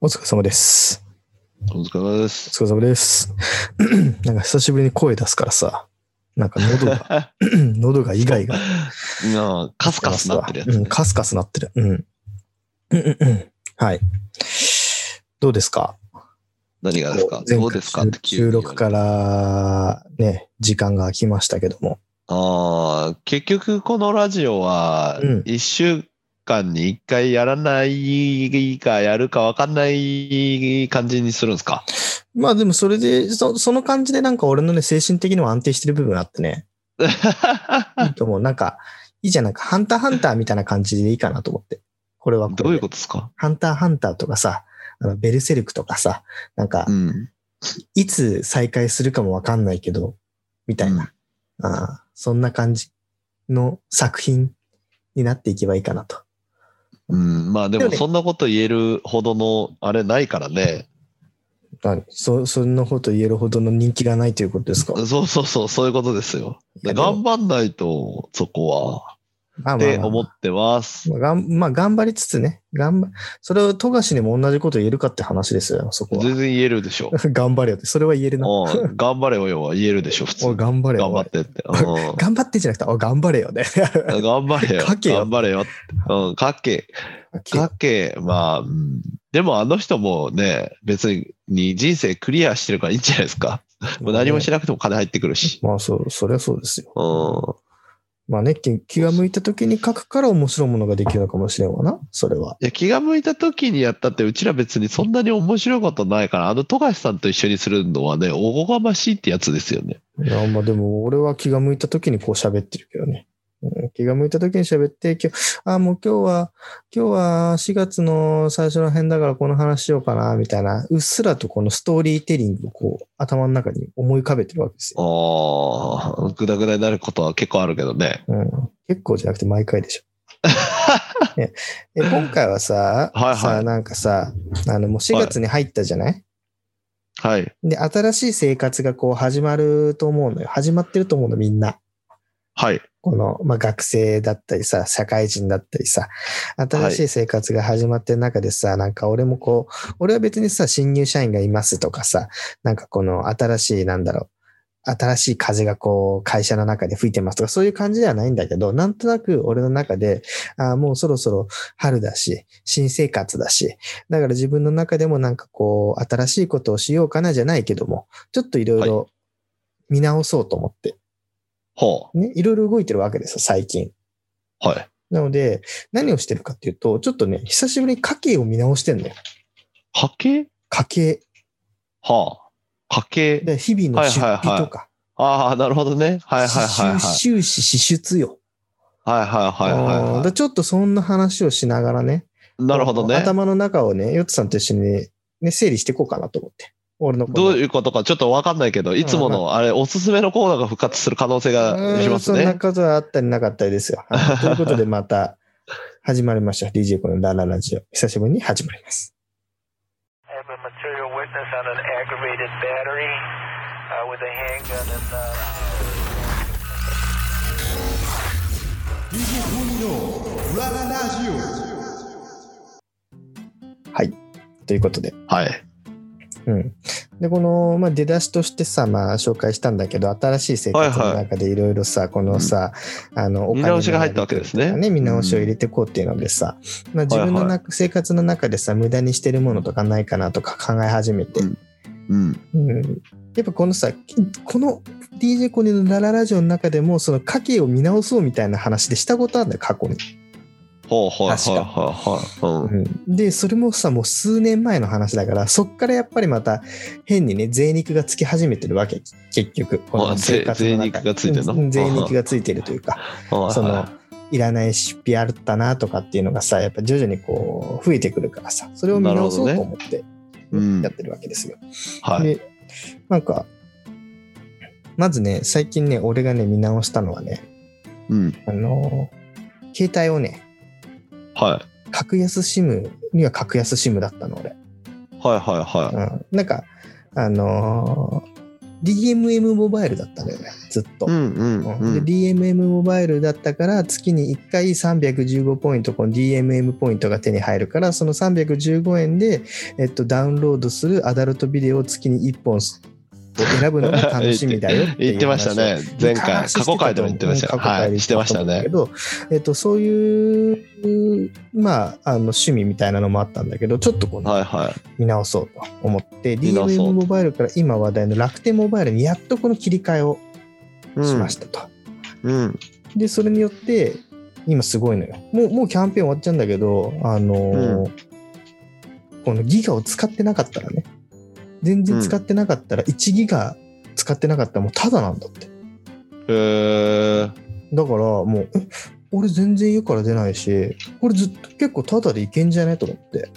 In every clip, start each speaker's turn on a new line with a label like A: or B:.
A: お疲れ様です。
B: お疲れ様で
A: お
B: す。
A: 疲れ様です。 なんか久しぶりに声出すからさ、なんか喉が、 喉 が以外が。
B: なあ、カスカスなってるやつ
A: う
B: ね
A: ん、。カスカスなってる。うん。うんうんうん。はい。どうですか
B: 何がですか
A: 前回
B: どうですかって急
A: 収
B: に言われ
A: 録からね、時間が空きましたけども。
B: ああ、結局このラジオは
A: うん、
B: 一週間に一回やらないか、やるかわかんない感じにするんで すか
A: まあでもそれで、そその感じでなんか俺のね、精神的にも安定してる部分あってね、いいと思う。なんか、いいじゃんなんか、ハンターハンターみたいな感じでいいかなと思って。これはこれで
B: どういうことですか
A: ハンターハンターとかさ、あのベルセルクとかさ、なんか
B: う、ん。
A: いつ再開するかもわかんないけど、みたいな、ああそんな感じの作品になっていけばいいかなと。
B: うん。まあで
A: でも
B: も
A: ね
B: そんなこと言えるほどの、あれないからね。
A: 何そ、そんなこと言えるほどの人気がないということですか
B: そうそうそう、そういうことですよ。頑
A: 張
B: 張んないと、そこは。
A: まあ
B: って
A: まあ
B: 思
A: ま
B: ってます。
A: あ、まあがんまあ頑張りつつね、頑張、それを富樫にも同じこと言えるかって話ですよ、そこは。
B: 全然言えるでしょ。
A: 頑張れよって、それは言えるな。お
B: うん頑張れよよは言えるでしょ、普通
A: い。頑張れよ。
B: 頑張
A: おい
B: ってって。う
A: 頑張ってじゃなくて、おい頑張れよね。
B: ん頑張れよ。
A: 書けよ
B: 頑張れよ。うん、書け。書け。まあ、うんでもあの人もね、別に人生クリアしてるからいいんじゃないですか。もう何もしなくても金入ってくるし。
A: まあそう、そりゃそうですよ。
B: う
A: まあね、気気が向いた時に書くから面白いものができるのかもしれんわな、それは。
B: ん、いや気が向いた時にやったって、うちら別にそんなに面白いことないから、あの富樫さんと一緒にするのはね、おこがましいってやつですよね。
A: いやまあでも俺は気が向いた時にこう喋ってるけどね。うん気が向いた時に喋って、今日、あ、もう今日は、今日は4月の最初の辺だからこの話しようかな、みたいな、うっすらとこのストーリーテリングをこう頭の中に思い浮かべてるわけですよ。
B: ああ、ぐだぐだになることは結構あるけどね。
A: うん、結構じゃなくて毎回でしょ。 ねで今回はさ、
B: はいはい
A: さなんかさ、あのもう4月に入ったじゃない、
B: はい。
A: で、新しい生活がこう始まると思うのよ。始まってると思うの、みんな。
B: はい。
A: この、まあ、学生だったりさ、社会人だったりさ、新しい生活が始まってる中でさ、なんか俺もこう、俺は別にさ、新入社員がいますとかさ、なんかこの新しい、なんだろう、新しい風がこう、会社の中で吹いてますとか、そういう感じではないんだけど、なんとなく俺の中で、あーもうそろそろ春だし、新生活だし、だから自分の中でもなんかこう、新しいことをしようかなじゃないけども、ちょっといろいろ見直そうと思って、
B: ほ
A: ね、いろいろ動いてるわけですよ、最近。
B: う。はい。
A: なので、何をしてるかっていうと、ちょっとね、久しぶりに家計を見直してんのよ。
B: 波形
A: 家計。
B: はあ。家計。
A: で日々の出費とか、
B: ああ、なるほどね。はいはいはいはい。
A: 収支、支出よ。
B: はいはいはいはい
A: うん
B: は
A: だちょっとそんな話をしながらね。
B: い。なるほどね。
A: 頭の中をね、ヨットさんと一緒にね、整理していこうかなと思って。俺のこの
B: どういうことかちょっとわかんないけど、いつものあれ、おすすめのコーナーが復活する可能性がし
A: う
B: ま
A: ん
B: す
A: そんな
B: ね。
A: ことはあったりなかったりですよ。はい ということで、また始まりました。DJ このラララジオ。久しぶりに始まります。
C: I have a material witness on an aggravated battery uh, with a handgun and. Uh
D: DJ コニーの裏ララジオ
A: ということで。
B: はい。
A: うん、でこの、まあ、出だしとしてさ、まあ、紹介したんだけど新しい生活の中でいろいろさ、このさ、あのお
B: 見直しが入ったわけですね
A: ね見直しを入れていこうっていうのでさ、まあ、自分のな、
B: はい
A: 生活の中でさ無駄にしてるものとかないかなとか考え始めて、
B: うんうん。
A: うんやっぱこのさきこの DJ コニーのラララジオの中でもその家計を見直そうみたいな話でしたことあるんだよ過去に、
B: ほうほうほう
A: 確か
B: ほうほう。うん。
A: でそれもさもう数年前の話だからそっからやっぱりまた変にね贅肉がつき始めてるわけ結局こ
B: あ
A: の
B: ぜ
A: 生活の中に
B: 贅肉がついてんの
A: うん贅肉がついてるというか
B: はい
A: その
B: はい
A: らない出費あったなとかっていうのがさやっぱ徐々にこう増えてくるからさそれを見直そう
B: なる
A: と
B: ほ
A: 思って
B: うん
A: やってるわけですよ。
B: い。はい。
A: でなんかまずね最近ね俺がね見直したのはね
B: うん。
A: あの携帯をね
B: はい。
A: 格安 SIM には格安 SIM だったの俺。
B: はいはいは
A: うんなんか、あのー DMM モバイルだったんだよね、ずっと。
B: うんうんう
A: で
B: ん。
A: DMM モバイルだったから月に1回315ポイントこの DMM ポイントが手に入るからその315円で、えっと、ダウンロードするアダルトビデオを月に1本を選ぶのが楽しみだよっていう話を
B: 言ってましたね。前回、過去回でも言ってましたよ。
A: 過去回
B: は
A: で
B: い、してましたね
A: け。ど、えっと、そういう、まあ、あの趣味みたいなのもあったんだけど、ちょっとこの
B: はいは
A: 見直そうと思って、
B: 見直そう
A: DMM モバイルから今話題の楽天モバイルにやっとこの切り替えを
B: い。。
A: しましたたと。
B: うん。
A: で、それによって、今すごいのよ。もう、もうキャンペーン終わっちゃうんだけど、あのーこのギガを使ってなかったらね、全然使ってなかったら、1ギガ使ってなかったらもうただなんだって。
B: えー、
A: だからもう、え俺全然家から出ないし、これずっと結構タダでいけんじゃねと思って。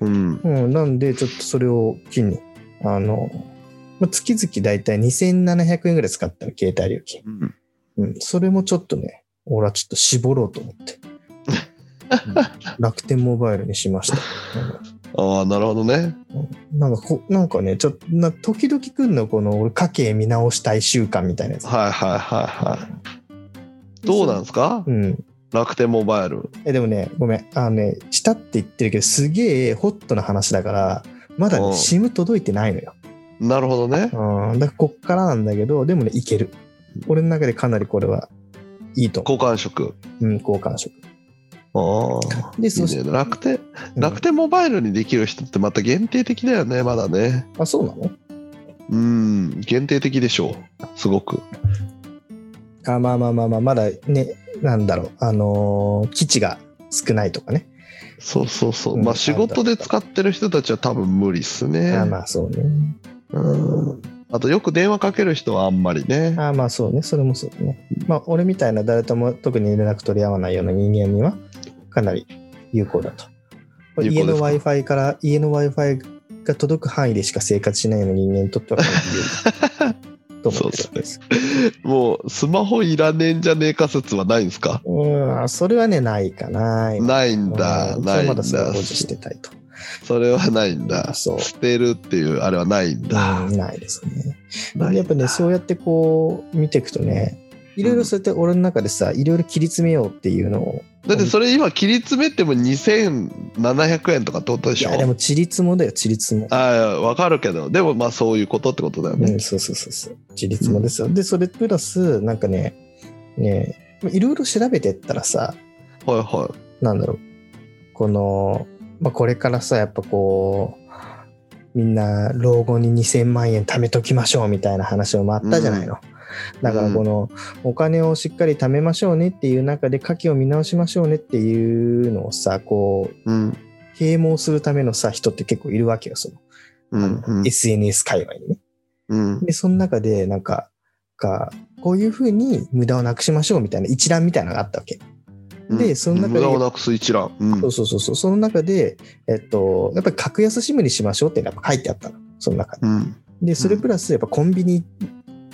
B: うん。
A: うん、なんでちょっとそれを機に、あの、まあ月々だいたい2700円ぐらい使ったの、携帯料金。
B: うん
A: うん、それもちょっとね、俺はちょっと絞ろうと思っ て。うん楽天モバイルにしました。
B: ああ、なるほどね。
A: うんなんかこ、なんかね、ちょっと、な時々くんのこの、俺家計見直したい習慣みたいなやつ。
B: はいはいはいはい。どうなんですか
A: うん。
B: 楽天モバイル。
A: えでもねごめんあのねしたって言ってるけどすげえホットな話だからまだね
B: うん
A: SIM 届いてないのよ、
B: なるほどね。
A: うん、だからこっからなんだけどでもねいける俺の中でかなりこれはいいと思
B: 好感触。
A: う、うん、好感触
B: ああ。
A: で
B: い
A: そ
B: い
A: し
B: ね
A: て
B: 楽天、
A: うん
B: 楽天モバイルにできる人ってまた限定的だよね、まだね。
A: あそうなの
B: うん、限定的でしょう。すごく。
A: あまあまあまあまあまだねなんだろうあのー基地が少ないとかね、
B: そうそうそう。
A: うん
B: まあ仕事で使ってる人たちは多分無理っすね。
A: あまあそうね
B: うん。あとよく電話かける人はあんまりね。
A: あまあそうねそれもそうねまあ俺みたいな誰とも特に連絡取り合わないような人間にはかなり有効だとこれ
B: 有
A: 家
B: 効で
A: の
B: すか
A: w i f i から家の w i f i が届く範囲でしか生活しないような人間にとってはかなり有効と思ってるん です
B: もうスマホいらねえんじゃねえか説はないんですか
A: うーんそれはねないかな今
B: ないんだ、
A: うん
B: ない
A: そ
B: ん
A: れはま
B: だ。
A: だそれを保持してたいと
B: それはないんだ。
A: そう
B: 捨てるっていうあれはないんだ。
A: うんないですね
B: ないんだ
A: やっぱねそうやってこう見ていくとねいろいろそうやって俺の中でさいろいろ切り詰めようっていうのを
B: だってそれ今切り詰めても2700円とかってことで
A: い
B: しょ
A: やでもちりつもだよちりつも
B: ああ、わかるけど、でもまあそういうことってことだよ
A: う
B: ね。
A: ん、そうそうそうそう。自立もですよ。で、それプラス、なんかね、ねいろいろ調べてったらさ、
B: はいは
A: なんだろう、この、まあ、これからさ、やっぱこう、みんな老後に2000万円貯めときましょうみたいな話もあったじゃないの。だからこの、お金をしっかり貯めましょうねっていう中で、家計を見直しましょうねっていうのをさ、こう、
B: い。うん。
A: 啓蒙するためのさ、人って結構いるわけよ、その、
B: うん。うん。
A: SNS 界隈にね。
B: うん。
A: で、その中で、なんか、がこういうふうに無駄をなくしましょうみたいな一覧みたいなのがあったわけ。でその中で
B: 無駄をなくす一覧。うん。
A: そうそうそうそう。その中で、えっと、やっぱり格安シムにしましょうってやっぱ書いてあったの。その中で。
B: うん。
A: で、それプラス、やっぱコンビニ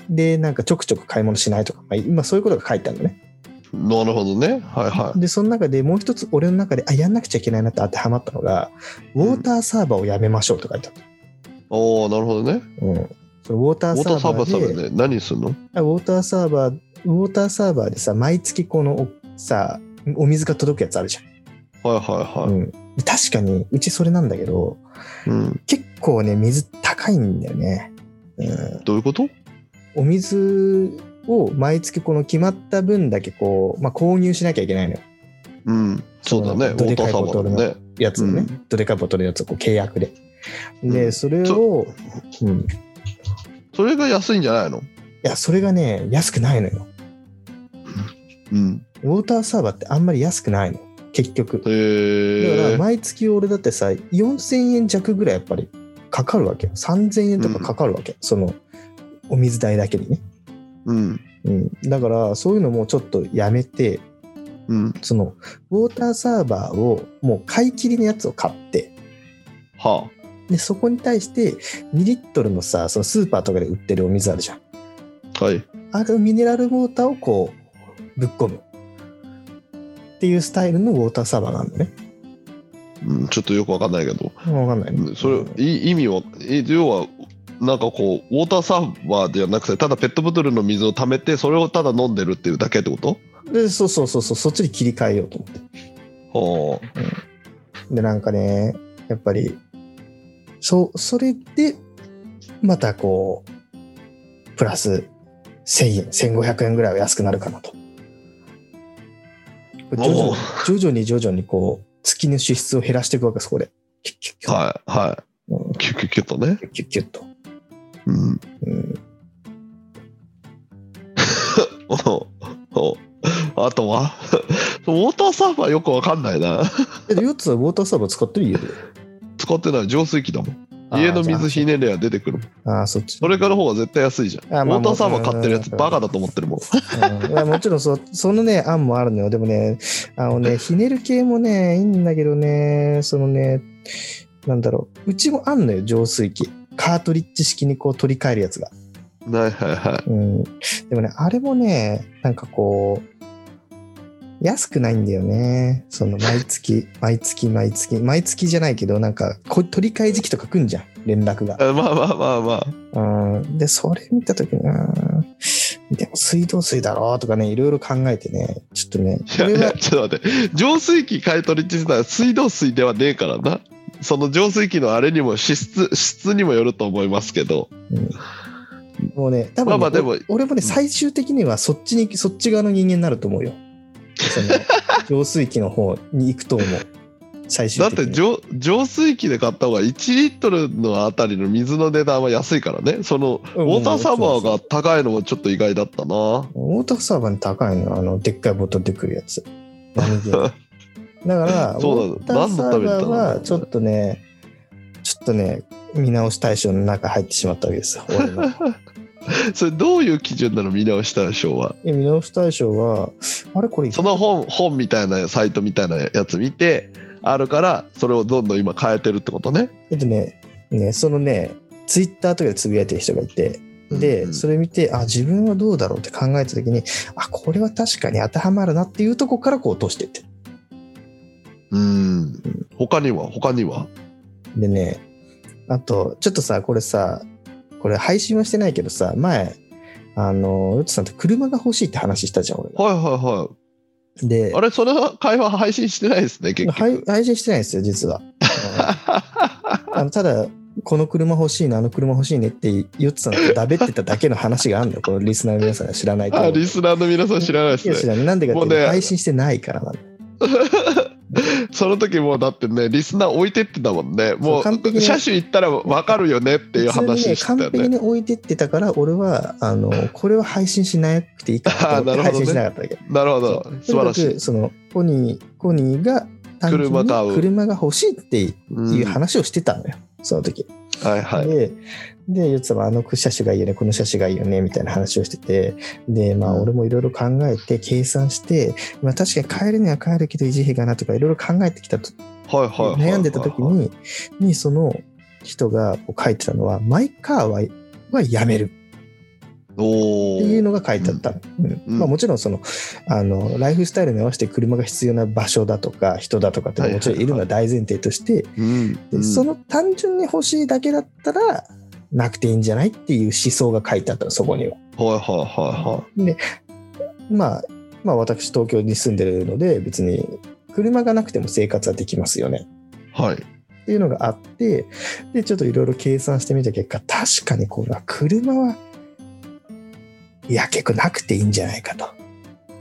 A: でなんかちょくちょく買い物しないとか、まあ、今そういうことが書いてあるのね。
B: なるほどね。はいはい。
A: で、その中でもう一つ俺の中で、あ、やんなくちゃいけないなって当てはまったのが、ウォーターサーバーをやめましょうと書いてあった。
B: おおなるほどね。
A: うん。そのウォータ
B: オ
A: ーサ
B: ー
A: ー
B: ト
A: バ
B: サーバーサ
A: ー
B: ー
A: で
B: バーで何するの
A: あウォーターサーバー、ウォーターサーバーでさ、毎月このおさ、お水が届くやつあるじ
B: はい
A: ゃ
B: は
A: ん。うん、確かに、うちそれなんだけど、
B: いはい。うん。
A: 結構ね、水高いんだよね。うん、
B: どういうこと
A: お水を毎月この決まった分だけこう、まあ、購入しなきゃいけないのよ。
B: うん。そうだね。
A: その
B: ウ
A: ど
B: ォー
A: で
B: タ
A: か
B: ー
A: い
B: サ
A: ボ
B: ーバ
A: ト
B: ー
A: ルの
B: だね。
A: やつをね、
B: うん
A: どでかいボトルのやつをこう契約で。
B: うん
A: で、それを、うん。い
B: それが安いんじゃないの
A: や、それがね、安くないのよ。
B: うん。
A: ウォーターサーバーってあんまり安くないの。結局。だか
B: へ
A: ら
B: え。
A: 毎月俺だってさ4000円弱ぐらいやっぱりかかるわけよ3000円とかかかるわけ、そのお水代だけにね、
B: うん。
A: うん、だからそういうのもちょっとやめて
B: うん。
A: そのウォーターサーバーをもう買い切りのやつを買って
B: は
A: でそこに対して2リットルのさそのスーパーとかで売ってるお水あるじゃん
B: あ。はい。
A: あれをミネラルウォーターをこうぶっ込むっていうスタイルのウォーターサーバーがあるのね
B: うんちょっとよくわかんないけど。
A: わかんないね
B: それ、い意味は、え要は、なんかこうウォーターサーバーじゃなくてただペットボトルの水を溜めてそれをただ飲んでるっていうだけってこと
A: で、そうそうそうそう、そっちに切り替えようと思って。
B: ほう
A: で、なんかね、やっぱり、そう、それで、またこう、プラス1000円、1500円ぐらいは安くなるかなと。徐々に、
B: お
A: 徐々に徐々にこう、月の支出を減らしていくわけです、これ。キュッキュッキュッ。
B: はいは
A: うん
B: いキュッキュッキュッとね
A: キュッキュッキュッと。
B: うん
A: うん、
B: おおあとは ウォーターサーバーよくわかんないな
A: えで、4つはウォーターサーバー使ってる家で。
B: 使ってない浄水器だもん家の水ひ
A: ね。
B: ねりは出てくるもん
A: あー、そっち。
B: それから方が絶対安いじゃん、
A: あまあ
B: ウォーターサーバー買ってるやつ
A: うん
B: バカだと思ってるもん
A: うんいやもちろんそ、そのね、案もあるのよ。でもね、あのね、ひねる系もね、いいんだけどね、そのね、なんだろう、うちもあんのよ、浄水器。カートリッジ式にこう取り替えるやつが。
B: はいはいは
A: うん。でもね、あれもね、なんかこう、安くないんだよね。その、毎月、毎月、毎月、毎月じゃないけど、なんか、こう取り替え時期とか来んじゃん、連絡が
B: い。あまあまあまあまあ
A: うん、で、それ見たときに、うんでも水道水だろうとかね、いろいろ考えてね、ちょっとね、こ
B: い
A: れ
B: や
A: は、
B: ちょっと待って浄水器買い取りって言ってたら水道水ではねえからなその浄水器のあれにも支出質にもよると思いますけど
A: もうね、多分ね、
B: まあまあでも
A: お俺もね、最終的にはそっちに、そっち側の人間になると思うよ。そ の浄水器の方に行くと思う。最終
B: だっ
A: 的に。
B: て浄浄水器で買った方が1リットルのあたりの水の値段は安いからねそのウ
A: うん
B: ォーターサーバーが高いのもちょっと意外だったな
A: ウォーターサーバーに高いの、あの、でっかいボトルでくるやつ。何 気にだから、ウ
B: そうなの
A: ォーターサーバー
B: 何のために行った
A: は
B: の
A: ちょっとね、ちょっとね、見直し対象の中入ってしまったわけですよ、俺の。
B: それどういう基準なの見直したでしょうは
A: え見直し対象は、あれこれ、
B: その本本みたいなサイトみたいなやつ見てあるからそれをどんどん今変えてるってことね
A: えっとね、ね、そのね、ツイッターとかでつぶやいてる人がいて、で、
B: うん
A: それ見て、あ、自分はどうだろうって考えたときに、あ、これは確かに当てはまるなっていうとこからこう落としてって。
B: うん他には他には
A: でね、あと、ちょっとさ、これさ、これ配信はしてないけどさ、前、あの、うつさんと車が欲しいって話したじゃん、俺が。
B: はいはいはい
A: で、
B: あれ、その会話配信してないですね、結局。
A: 配配信してないんですよ、実 は。あのただ、この車欲しいな、あの車欲しいねって言ってたのとだべってただけの話があるのよ、このリスナーの皆さんが知らないと思
B: あ
A: うけど。
B: リスナーの皆さん知らないで
A: いや
B: す
A: 知
B: ね。
A: らないなんでかっていうと
B: もうね
A: 配信してないからなの
B: その時もうだってね、リスナー置いてってたもんね。
A: そ
B: も
A: う完璧
B: う、
A: に
B: 車種行ったら分かるよねっていう
A: 普通に
B: 話
A: ね
B: してた
A: 完
B: よ
A: 璧
B: ね。
A: に置いてってたから、俺は、あの、これは配信しなくていいかなと思っ
B: あーな
A: て
B: るほどね
A: 配信しなかったわけ。
B: なる
A: そ
B: ほど
A: う。
B: 素晴らし
A: とにか。
B: い
A: くそのコニー、コニーが単純に
B: 車買う
A: 車が欲しいってい
B: うん
A: う話をしてたのよ、その時。
B: はいはい。
A: で、で、ゆつはあの車種がいいよね、この車種がいいよね、みたいな話をしてて、で、まあ、
B: うん
A: 俺もいろいろ考えて、計算して、まあ、確かに買えるには買えるけど、維持費がなとか、いろいろ考えてきたと、
B: はいはい。
A: 悩んでた時
B: はいはい。
A: に、に、その人がこう書いてたのは、マイカーは、はやめるっていう
B: お
A: のが書いてあったの。うん
B: うん
A: まあ、もちろんそのあのライフスタイルに合わせて車が必要な場所だとか人だとかっていうのはもちろんいるのは大前提として、で
B: ー。
A: そ
B: の、
A: の単純に欲しいだけだったらなくていいんじゃないっていう思想が書いてあったのそこには。
B: はいはいは
A: まあ、まあ私東京に住んでるので別に車がなくても生活はできますよね
B: いはい。はい。
A: っていうのがあってでちょっといろいろ計算してみた結果確かにこれは車はいや結構なくていいんじゃないかと、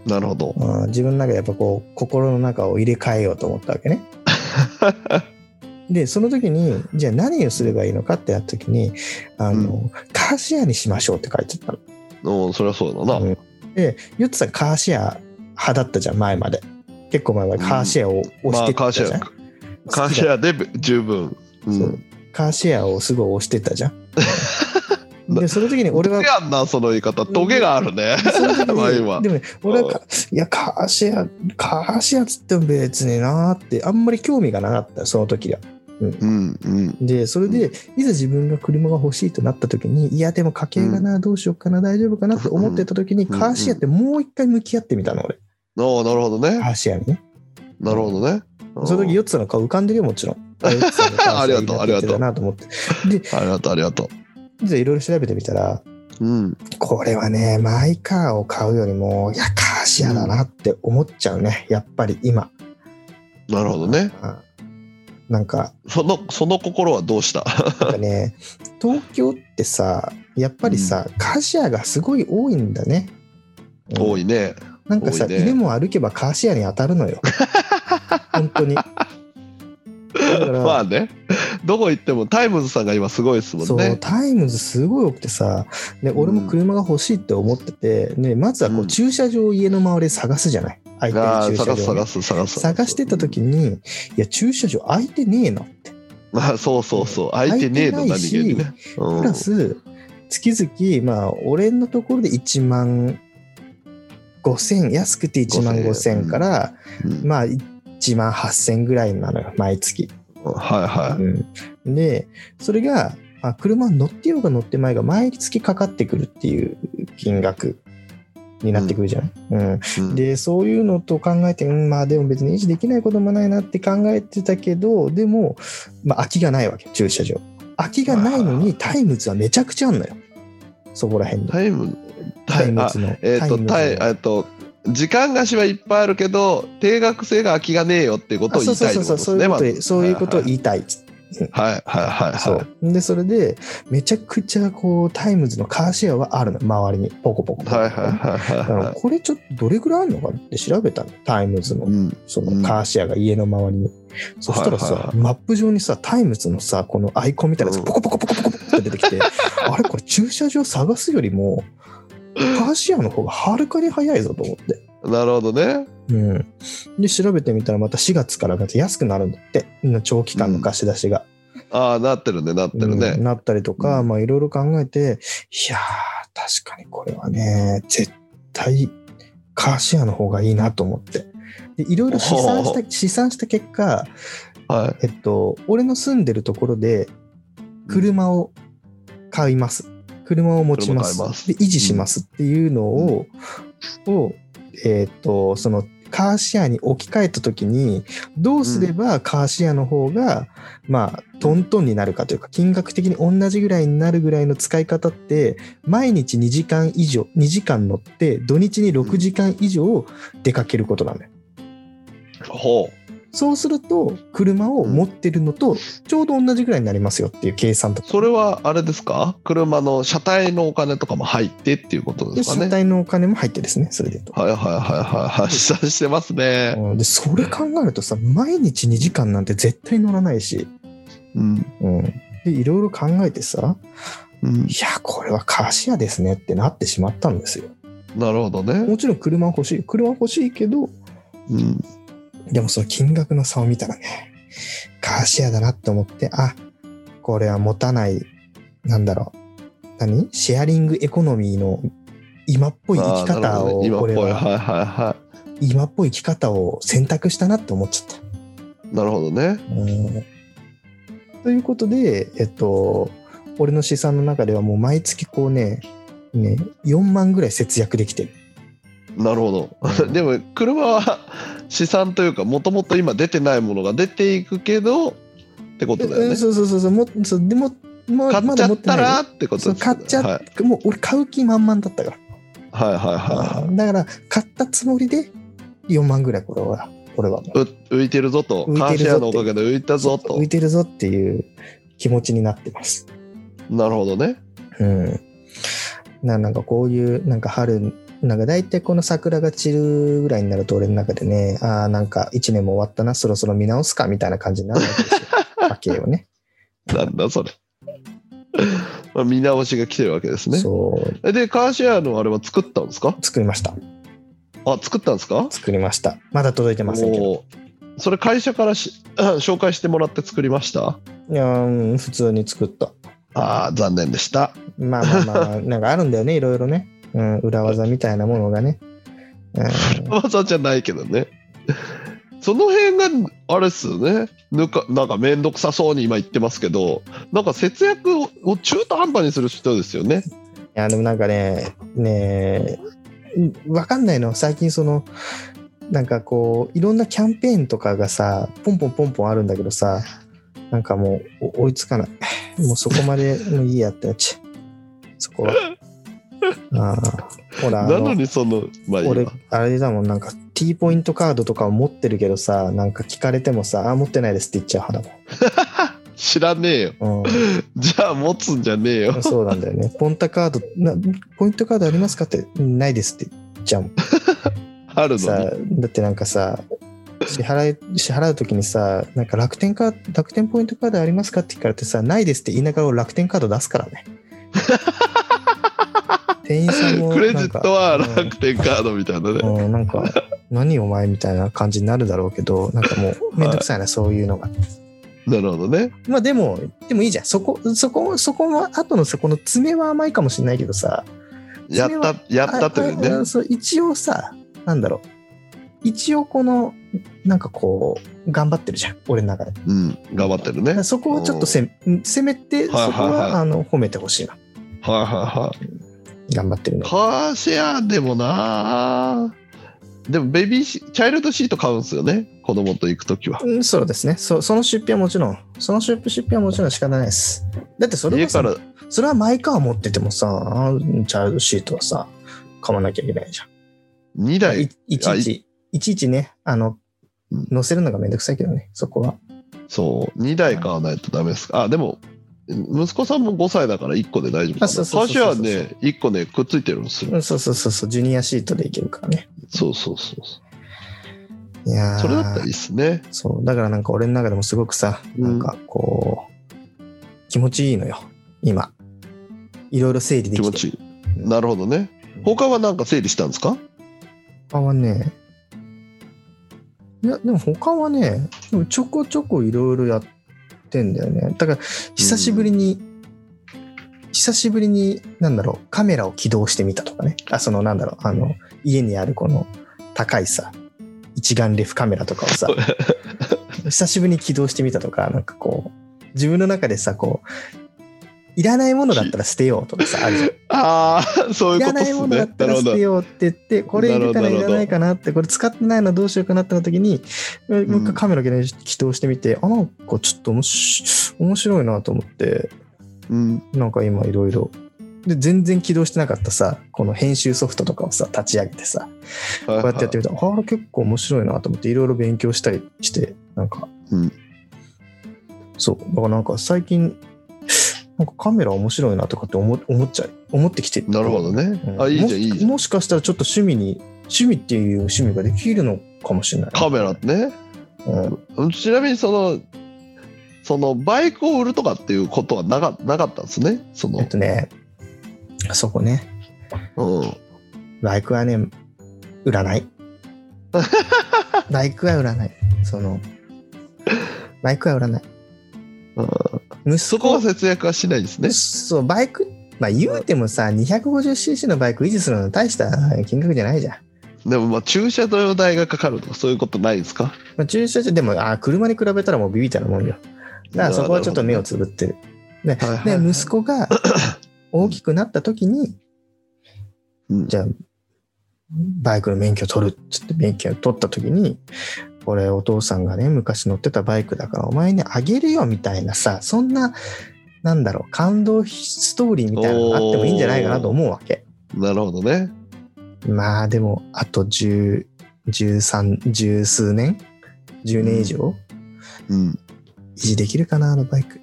B: なるほど。
A: うん、自分の中でやっぱこう心の中を入れ替えようと思ったわけ ねでその時にじゃあ何をすればいいのかってやった時にあの、
B: う
A: カーシェアにしましょうって書いてたの
B: おそりゃそうだ
A: う
B: な。
A: んでゆってさんカーシェア派だったじゃん前まで結構前までカーシェアを
B: ま
A: 押して
B: あ、カ
A: た
B: ーシ
A: じゃん、
B: ェア。カーシェアで十分。う
A: そう。
B: ん。
A: カーシェアをすごい押してたじゃん でその時に俺は
B: トゲあんな、その言い方。トゲがあるね。
A: その時
B: まあ今
A: にでもね、俺はか、いや、カーシェア、カーシェアっつっても別になーって、あんまり興味がなかった、その時は。
B: うんうん。
A: で、それで、いざ自分が車が欲しいとなった時に、いや、でも家計がな、どうしようかな、大丈夫かなって思ってた時に、
B: うん
A: カーシェアってもう一回向き合ってみたの、俺。
B: おなるほどね。
A: カーシェアにね。
B: なるほどね。
A: その時、
B: うん
A: ヨッツ の顔浮かんでるよ、もちろん。あヨッツさんのカーシェアいいなって言ってたなと思って。で、
B: ありがとう、ありがとう。
A: でいろいろ調べてみたら、
B: うん。
A: これはね、マイカーを買うよりも、いや、カーシアだなって思っちゃうね。やっぱり今。
B: なるほどね。
A: うんなんか、
B: その、その心はどうした
A: やっぱね、東京ってさ、やっぱりさ、カーシェアがすごい多いんだね。
B: 多
A: い。
B: いね。
A: なんかさ、
B: 多いね
A: 犬も歩けばカーシェアに当たる のよ。本当に。だから、
B: まあね。どこ行ってもタイムズさんが今すごいですも
A: そ
B: ん
A: う
B: ね。
A: タイムズすごい多くてさで俺も車が欲しいって思ってて、ね、まずはこ
B: う
A: うん駐車場を家の周りで探すじゃない空いてる
B: ああ
A: 駐車場
B: 探
A: ね
B: す探す探す
A: 探してた時にいや駐車場空いてねえな
B: ああそうそうそう空いてねえの
A: 空いてない
B: 何
A: し
B: 気にね、うん
A: プラス月々まあ俺のところで1万5000安くて1万5000から、
B: うん
A: まあ1万8000ぐらいなのよ毎月、
B: はいは
A: うんでそれが、まあ、車乗ってようが乗ってまいが毎月かかってくるっていう金額になってくるじゃない、うん
B: い、うん
A: でそういうのと考えて、うん、まあでも別に維持できないこともないなって考えてたけどでも、まあ、空きがないわけ駐車場空きがないのにタイムズはめちゃくちゃあんのよそこら辺に
B: タイム
A: タイム
B: あ
A: ズの
B: えっ、とタイえっと時間貸しはいっぱいあるけど定額制が空きがねえよっていうことを
A: あそ
B: 言
A: うそう
B: いたいって
A: そう
B: こ
A: そ
B: と
A: う
B: で
A: そ
B: す
A: うい
B: ね
A: うこと、そうい
B: まず
A: うことを言いたい
B: はいはいはいはい
A: そうでそれでめちゃくちゃこうタイムズのカーシェアはあるの周りにポコポコポコ
B: はいはいはい
A: だ
B: はい
A: から
B: はい
A: これちょっとどれぐらいあるのかなって調べたのタイムズの
B: うん
A: そのカーシェアが家の周りに。そしたらさ、
B: はいはいはい
A: マップ上にさ、タイムズのさ、このアイコンみたいなやつ、
B: うん
A: ポコポコポコポコポコって出て きて、あれこれ駐車場探すよりも、カーシェアの方がはるかに早いぞと思って。
B: なるほどね
A: うん。で、調べてみたらまた4月からまた安くなるんだって、うん長期間の貸し出しが。
B: ああなってるねなってる
A: うん
B: ね、
A: なったりとか、
B: うん
A: まあいろいろ考えて、いやー、確かにこれはね、絶対カーシェアの方がいいなと思って。で、いろいろ試算し
B: ほ
A: た、試算した結果、
B: はい
A: えっと、俺の住んでるところで、車を買います。車を持ちます。
B: 車を買います
A: で、維持しますっていうのを、をえっと、その、カーシェアに置き換えたときに、どうすればカーシェアの方が、まあ、トントンになるかというか、金額的に同じぐらいになるぐらいの使い方って、毎日2時間以上、2時間乗って、土日に6時間以上出かけることなんだよ
B: ほう
A: そうすると、車を持ってるのと、ちょうど同じぐらいになりますよっていう計算とか。
B: それはあれですか車の車体のお金とかも入ってっていうこと
A: で、
B: ですか
A: 車
B: ね
A: 体のお金も入ってですね、それで言うと。
B: はいはいはいはいはい試算してますね
A: うんで、それ考えるとさ、毎日2時間なんて絶対乗らないし、
B: うん
A: うん。で、いろいろ考えてさ、
B: うん
A: いや、これはカーシェアですねってなってしまったんですよ。
B: なるほどね
A: もちろん車は欲しい。車は欲しいけど、
B: うん
A: でもその金額の差を見たらね、カーシェアだなって思って、あ、これは持たない、なんだろう、何シェアリングエコノミーの今っぽい生き
B: あーなる
A: 方
B: ほど
A: を、
B: ね今っぽ
A: 俺
B: いはい
A: は
B: はいは
A: 今っぽい生き方を選択したなって思っちゃった。
B: いなるほどね
A: うんということで、えっと、俺の資産の中ではもう毎月こうね、ね、4万ぐらい節約できてる。
B: なるほ
A: う
B: ど
A: ん
B: でも車は資産というかもともと今出てないものが出ていくけどってことだよ
A: う
B: ね
A: んそうそうそうそう、もそうでも、もう
B: 買っ
A: ま
B: ち
A: だ
B: ゃ
A: 持
B: って
A: な
B: た
A: いよ
B: らってことですね
A: そう買っちゃっ
B: はい
A: もう俺買う気満々だったから。
B: はいはいは
A: だから買ったつもりで4万ぐらいこれは俺はも
B: いはいう浮いてるぞとカ
A: 浮
B: ー
A: いて
B: シ
A: る
B: ェ
A: ぞ
B: ア
A: って
B: のおかげで浮いた
A: う
B: ぞと
A: 浮いてるぞっていう気持ちになってます。
B: なるほどね
A: うん。ななんかこういうなんか春なんか大体この桜が散るぐらいになると俺の中でねああなんか1年も終わったなそろそろ見直すかみたいな感じになるわけ ですよ家計をね。
B: なんだそれ まあ見直しが来てるわけですね
A: そう
B: でカーシェアのあれは作ったんですか
A: 作りました
B: あ作ったんですか
A: 作りましたまだ届いてませんけど
B: おーそれ会社からし 紹介してもらって作りました
A: いやーうん普通に作った。
B: ああ残念でした
A: まあまあまあまあ、なんかあるんだよね、いろいろね。うん、裏技みたいなものがね。うん
B: 技じゃないけどね。その辺があれっすよねなんかなんか面倒くさそうに今言ってますけどなんか節約を中途半端にする人ですよね
A: いや、でもなんかね、ねえうんわかんないの。最近その、なんかこう、いろんなキャンペーンとかがさ、ポンポンポンポンあるんだけどさ、なんかもうお追いつかない。もうそこまでもういいやってなっちゃう。そこは。あーほら、あ
B: なの
A: の、
B: にその、まあいい
A: 俺
B: わ。、
A: あれだもん、なんか T ポイントカードとかを持ってるけどさ、なんか聞かれてもさ、あ、持ってないですって言っちゃう派
B: 知らねえよ。
A: だもん。うん
B: じゃあ持つんじゃねえよ。
A: そうなんだよ ね。ポンタカードな、ポイントカードありますかって、うんないですって言っちゃうもん。
B: あるの
A: さ
B: に。
A: だってなんかさ、支払い、支払うときにさ、なんか楽天カード、楽天ポイントカードありますかって聞かれてさ、ないですって言いながら楽天カード出すから ね。店員さんも
B: クレジットは
A: なんかうん
B: 楽天カードみたいなね。
A: うん、なんか、何お前みたいな感じになるだろうけど、なんかもう、めんどくさいな、そういうのが。
B: なるほどね。
A: まあでも、でもいいじゃん。そこ、そこ、そこは、後のそこの爪は甘いかもしれないけどさ、
B: やった、やったというね
A: ああ。そう一応さなんだろう一応このなんかこう頑張ってるじゃん俺の中でだ
B: うん。頑張ってるね。
A: か
B: は
A: ら
B: い
A: そこをちょっとせ攻めてそこ
B: はいはいはい
A: はあの褒めてほしいな
B: はいはい。
A: 頑張ってるの
B: カーシェアでもなでもベビーシチャイルドシート買うんですよね子供と行くときは
A: うんそうですねそその出費はもちろんその出費出費はもちろん仕方ないですだってそれ
B: 家
A: はさ
B: から
A: それはマイカー持っててもさあのチャイルドシートはさ買わなきゃいけないじゃん
B: 2
A: い
B: 台
A: いちいちいちいちねあの
B: うん
A: 乗せるのがめんどくさいけどねそこは
B: そう2台買わないとダメですかあでも息子さんも5歳だから1個で大丈夫か
A: あ
B: な
A: そう
B: カ
A: そう
B: ー
A: そう
B: シ
A: そう
B: ェアね1個ねくっついてるんです
A: う
B: よ
A: んそうそうそうそうジュニアシートでいけるからね
B: そうそうそうそ
A: いや
B: う
A: ー
B: それだったらいいっすね
A: そう、だからなんか俺の中でもすごくさ、なんかこう、気持ちいいのよ、今。いろいろ整理で
B: 気
A: き
B: 持
A: て。
B: ちいい
A: うん
B: なるほどね他はなんか整理したんですか
A: 他はね、いや、でも他はね、でもちょこちょこいろいろやってんだよね。だから、久しぶりに、久しぶりに、なんだろう、カメラを起動してみたとかね。あ、その、なんだろう、あの、家にあるこの高いさ、一眼レフカメラとかをさ、久しぶりに起動してみたとか、なんかこう、自分の中でさ、こう、いらないものだったら捨てようとかさ、あるじゃん
B: ああ そう
A: い
B: いう
A: ら
B: ことっ
A: ない
B: す
A: ものだ
B: ね
A: った
B: なる
A: ら
B: ほ
A: 捨
B: ど
A: てようって言って、これ入れたらいらないかなって、これ使ってないのどうしようかなってなった時に、もう一回カメラ起動してみて、あ、なんかちょっと面白面白いなと思って、
B: うん
A: なんか今いろいろ。で、全然起動してなかったさ、この編集ソフトとかをさ、立ち上げてさ、
B: はい
A: こうやってやって
B: は
A: みたら、ああ、結構面白いなと思って、いろいろ勉強したりして、なんか、
B: うん
A: そう、だからなんか最近、なんかカメラ面白いなとかって思思っちゃい、思ってきて
B: いなるほどね
A: うん
B: あいいじゃんいい
A: もし
B: じゃん
A: もしかしたらちょっと趣味に、趣味っていう趣味ができるのかもしれない。
B: カメラね
A: うん
B: うんちなみにその、そのバイクを売るとかっていうことはなかなかったんですね。その
A: えっ、とね、そこね、
B: うん。
A: バイクはね、売ら ない。バイクは売らない。その、バイクは売らない。
B: うん
A: 息子
B: そこは節約はしないですね。
A: そう、バイク、まあ言うてもさ、250cc のバイク維持するの大した金額じゃないじゃん。
B: でもまあ駐車場代がかかるとかそういうことないですか
A: まあ、駐車場、でも、あー車に比べたらもうビビったなもんよ。だからそこはちょっと目をつぶってる。ね
B: はいはい
A: で、
B: はい
A: 息子が大きくなった時に、
B: うん
A: じゃあ、バイクの免許取るっつって免許取った時に、これお父さんがね、昔乗ってたバイクだからお前にあげるよみたいなさ、そんな、なんだろう、感動ストーリーみたいなのがあってもいいんじゃないかなと思うわけ。
B: なるほどね。
A: まあでも、あと10、13、十数年 ?10 年以上、
B: うん。
A: 維持できるかな、あのバイク。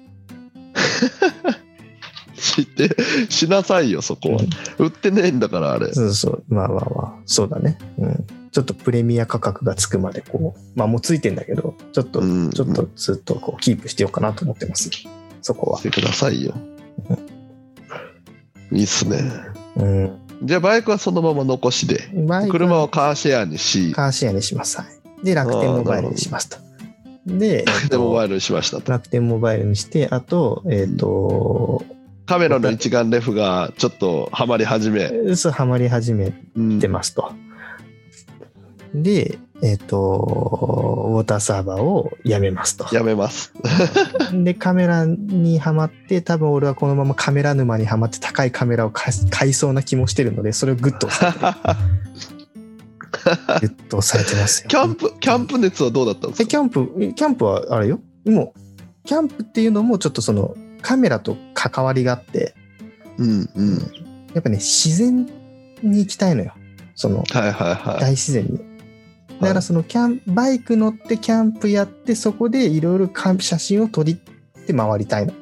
B: 知って、しなさいよ、そこは。売ってねえんだから、あれ。
A: そうそう、まあまあまあ、そうだね。うん。ちょっとプレミア価格がつくまで、こう、まあもうついてんだけど、ちょっと、
B: うん
A: ちょっとずっとこうキープしてようかなと思ってます。そこは
B: し。てくださいよ。いいっすね。
A: うん。
B: じゃあバイクはそのまま残しで。
A: バイク
B: 車をカーシェアにし、
A: カーシェアにします。はい。で、楽天モバイルにしますと。で、えっ
B: で、モ
A: と
B: バイルにしましたと。
A: 楽天モバイルにして、あと、えっ、と、
B: カメラの一眼レフがちょっとハマり始め。
A: そう、ハマり始め
B: うん
A: ってますと。で、えっ、と、ウォーターサーバーをやめますと。
B: やめます。
A: で、カメラにはまって、多分俺はこのままカメラ沼にはまって高いカメラを買い買いそうな気もしてるので、それをグッと押さえて、グッと押さえてますよ。
B: キャンプ、キャンプ熱はどうだったんで
A: え
B: す
A: キ
B: か
A: ャンプ、えキャンプはあれよ。もう、キャンプっていうのもちょっとそのカメラと関わりがあって、
B: うんうん。
A: やっぱね、自然に行きたいのよ。その、
B: はいはいはい。
A: 大自然に。だからそのキャン、バイク乗ってキャンプやって、そこでいろいろ写真を撮りって回りたいの。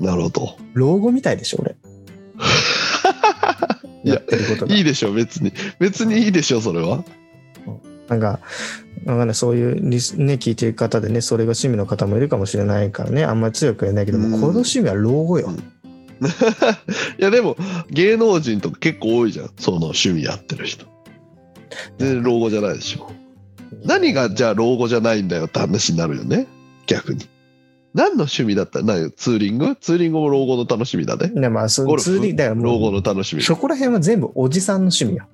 B: なるほど。
A: 老後みたいでしょ、俺。
B: いや
A: やってることが
B: いいでしょ、別に。別にいいでしょ、それは。
A: なんか、なんかね、そういうリス、ね、聞いてる方でね、それが趣味の方もいるかもしれないからね、あんまり強くは言えないけども、
B: うん
A: この趣味は老後よ。
B: いや、でも、芸能人とか結構多いじゃん。その趣味やってる人。全然老後じゃないでしょ。何がじゃあ老後じゃないんだよって話になるよね。逆に。何の趣味だったら何ツーリングツーリングも老後の楽しみだね。
A: ね、まあ、そ
B: ゴ
A: う、
B: ルフ
A: 通に、だから
B: 老後
A: も
B: の楽し
A: う、
B: み。
A: そこら辺は全部おじさんの趣味よ。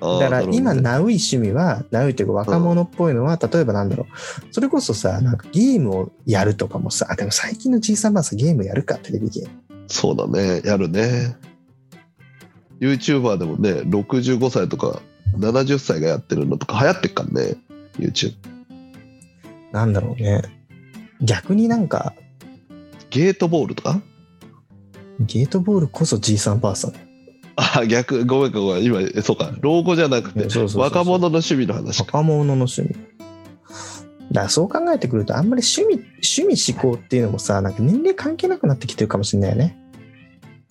B: あー
A: だから今、
B: なる
A: ナウい趣味は、ナウいというか若者っぽいのは、例えばなんだろう。それこそさ、なんかゲームをやるとかもさ、あ、でも最近のじいさんばあさんゲームやるか、テレビゲーム。
B: ほどねそうだね。やるね。YouTuber でもね、65歳とか70歳がやってるのとか流行ってっからね。YouTube。
A: なんだろうね。逆になんか、
B: ゲートボールとか
A: ゲートボールこそじいさんばあさん。
B: あ、逆、ごめんごめん。今、えそうか。老後じゃなくて、
A: そうそうそうそう
B: 若者の趣味の話か。
A: 若者の趣味。だからそう考えてくると、あんまり趣味、趣味思考っていうのもさ、なんか年齢関係なくなってきてるかもしれないよね。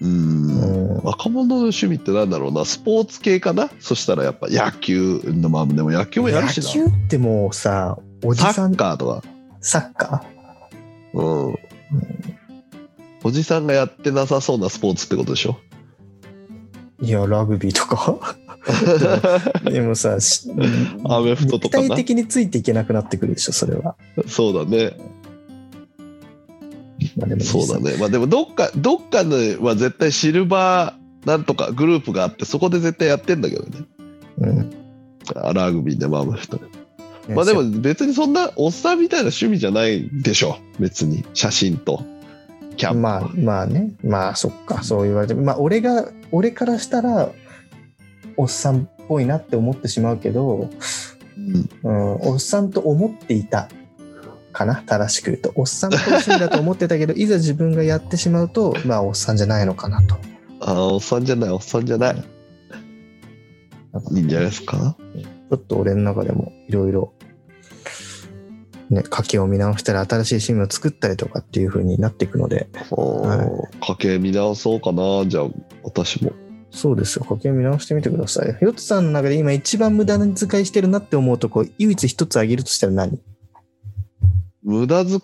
B: うーん。
A: うん。
B: 若者の趣味ってなんだろうな。スポーツ系かなそしたらやっぱ野球のまあでも野球もやるし
A: 野球
B: な。
A: ってもうさ、おじ
B: サ
A: さん
B: ッ、カーとか。
A: サッカ
B: うん。おじさんがやってなさそうなスポーツってこと でしょ
A: ーいや、ラグビーとか。でもさ、し
B: アメフトとか
A: 肉体。
B: な
A: 的についていけなくなってくるでしょ、それは。
B: そうだね。
A: まあでも
B: そうだね。まあでもどっか、どっかのは絶対シルバーなんとかグループがあって、そこで絶対やってんだけどね。
A: うん
B: あラグビーでもアメフトでもまあでも別にそんなおっさんみたいな趣味じゃないでしょ別に写真とキャンプ、
A: まあまあねまあそっかそう言われてまあ俺が俺からしたらおっさんっぽいなって思ってしまうけど、
B: うん
A: うん、おっさんと思っていたかな正しく言うとおっさんっぽい趣味だと思ってたけどいざ自分がやってしまうとまあおっさんじゃないのかなと
B: あーおっさんじゃないおっさんじゃないいいんじゃないです か
A: ちょっと俺の中でもいろいろ、ね、家計を見直したり、新しい趣味を作ったりとかっていう風になっていくので、
B: おー家計見直そうかなじゃあ私も
A: そうですよ、家計を見直してみてください。ヨッツさんの中で今一番無駄な遣いしてるなって思うとこ、唯一一つ挙げるとしたら何
B: 無駄遣い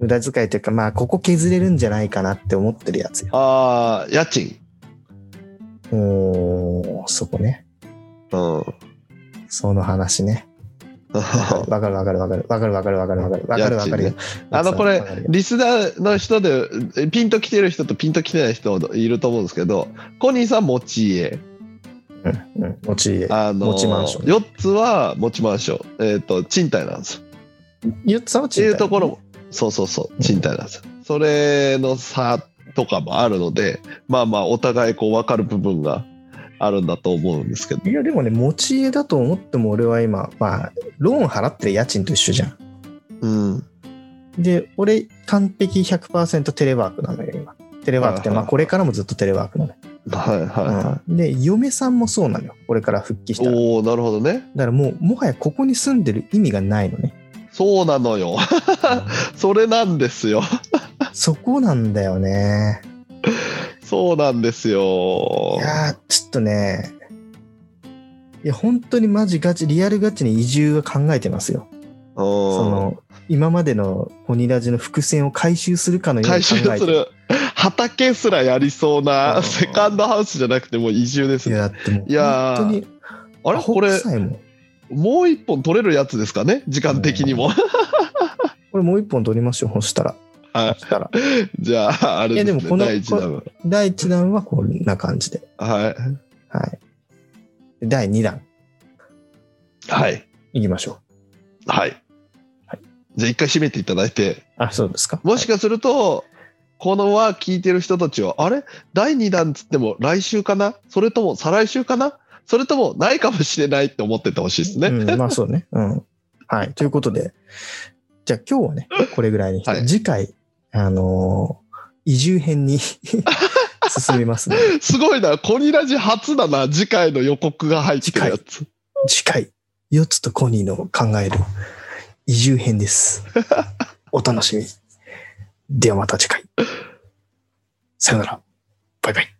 A: 無駄遣いというか、まあ、ここ削れるんじゃないかなって思ってるやつよ。
B: ああ家賃
A: うーん、そこね。
B: うん
A: その話ね。わかるわかるわかるわかるわかるわかるわかるわかるわかる
B: 家
A: よ
B: 賃。あのこれ
A: わかるよ
B: リスナーの人でえピンと来てる人とピンと来てない人いると思うんですけどコニーさん持ち家
A: うんうん、持ち家。
B: あの
A: 持ちマンション
B: 4つは持ちマンション、えっと賃貸なんですよ
A: ヨッツさんは
B: って
A: 賃貸
B: いうところも、そうそうそう、賃貸なんですよ。それの差とかもあるので、まあまあ、お互いこう分かる部分があるんだと思うんですけど、
A: いやでもね、持ち家だと思っても俺は今、まあ、ローン払ってる家賃と一緒じゃん。
B: うん、
A: で、俺、完璧100%テレワークなのよ、今。テレワークって、
B: はいはい
A: まあ、これからもずっとテレワークなのよ
B: はいはいは
A: うんで、嫁さんもそうなのよ、これから復帰し
B: い。
A: たら。だ
B: おおなるほどね。
A: からもう、もはやここに住んでる意味がないの ね。
B: そうなのよ。 それなんですよ。
A: そこなんだよね。
B: そうなんです
A: い
B: よ。
A: やー、ちょっとね、いや、本当にマジガチ、リアルガチに移住は考えてますよ。そ
B: うん。
A: の、今までのホニラジの伏線を回収するかのように考
B: 回収
A: えてる
B: する。畑すらやりそう
A: う
B: なんセカンドハウスじゃなくてもう移住です
A: いや、だ
B: ね。
A: ってもう、
B: いやー
A: 本当に、
B: あれ
A: アホ
B: これ
A: 臭いもん
B: もう一本取れるやつですかね時間的にも。
A: これもう一本取りましょう、そしたら。
B: はい
A: そしたら。
B: じゃあ、あれ
A: いや
B: です
A: で
B: ね。
A: もこの
B: 第一弾は。
A: 第1弾はこんな感じで。
B: は
A: はい。で第2弾、
B: い。はい。
A: いきましょう。
B: はい。じゃあ一回締めていただいて、
A: あ、そうですか。
B: もしかすると、このは聞いてる人たちは、あれ第2弾つっても来週かなそれとも再来週かなそれともないかもしれないって思っててほしいですね。
A: うん、まあそうね。うん。はい。ということで、じゃあ今日はね、これぐらいにして、
B: はい
A: 次回、あのー移住編に 進みますね。
B: すごいな、コニラジ初だな、次回の予告が入ってるやつ。
A: 次回、ヨッツとコニーの考える移住編です。お楽しみに。ではまた次回。さよなら。バイバイ。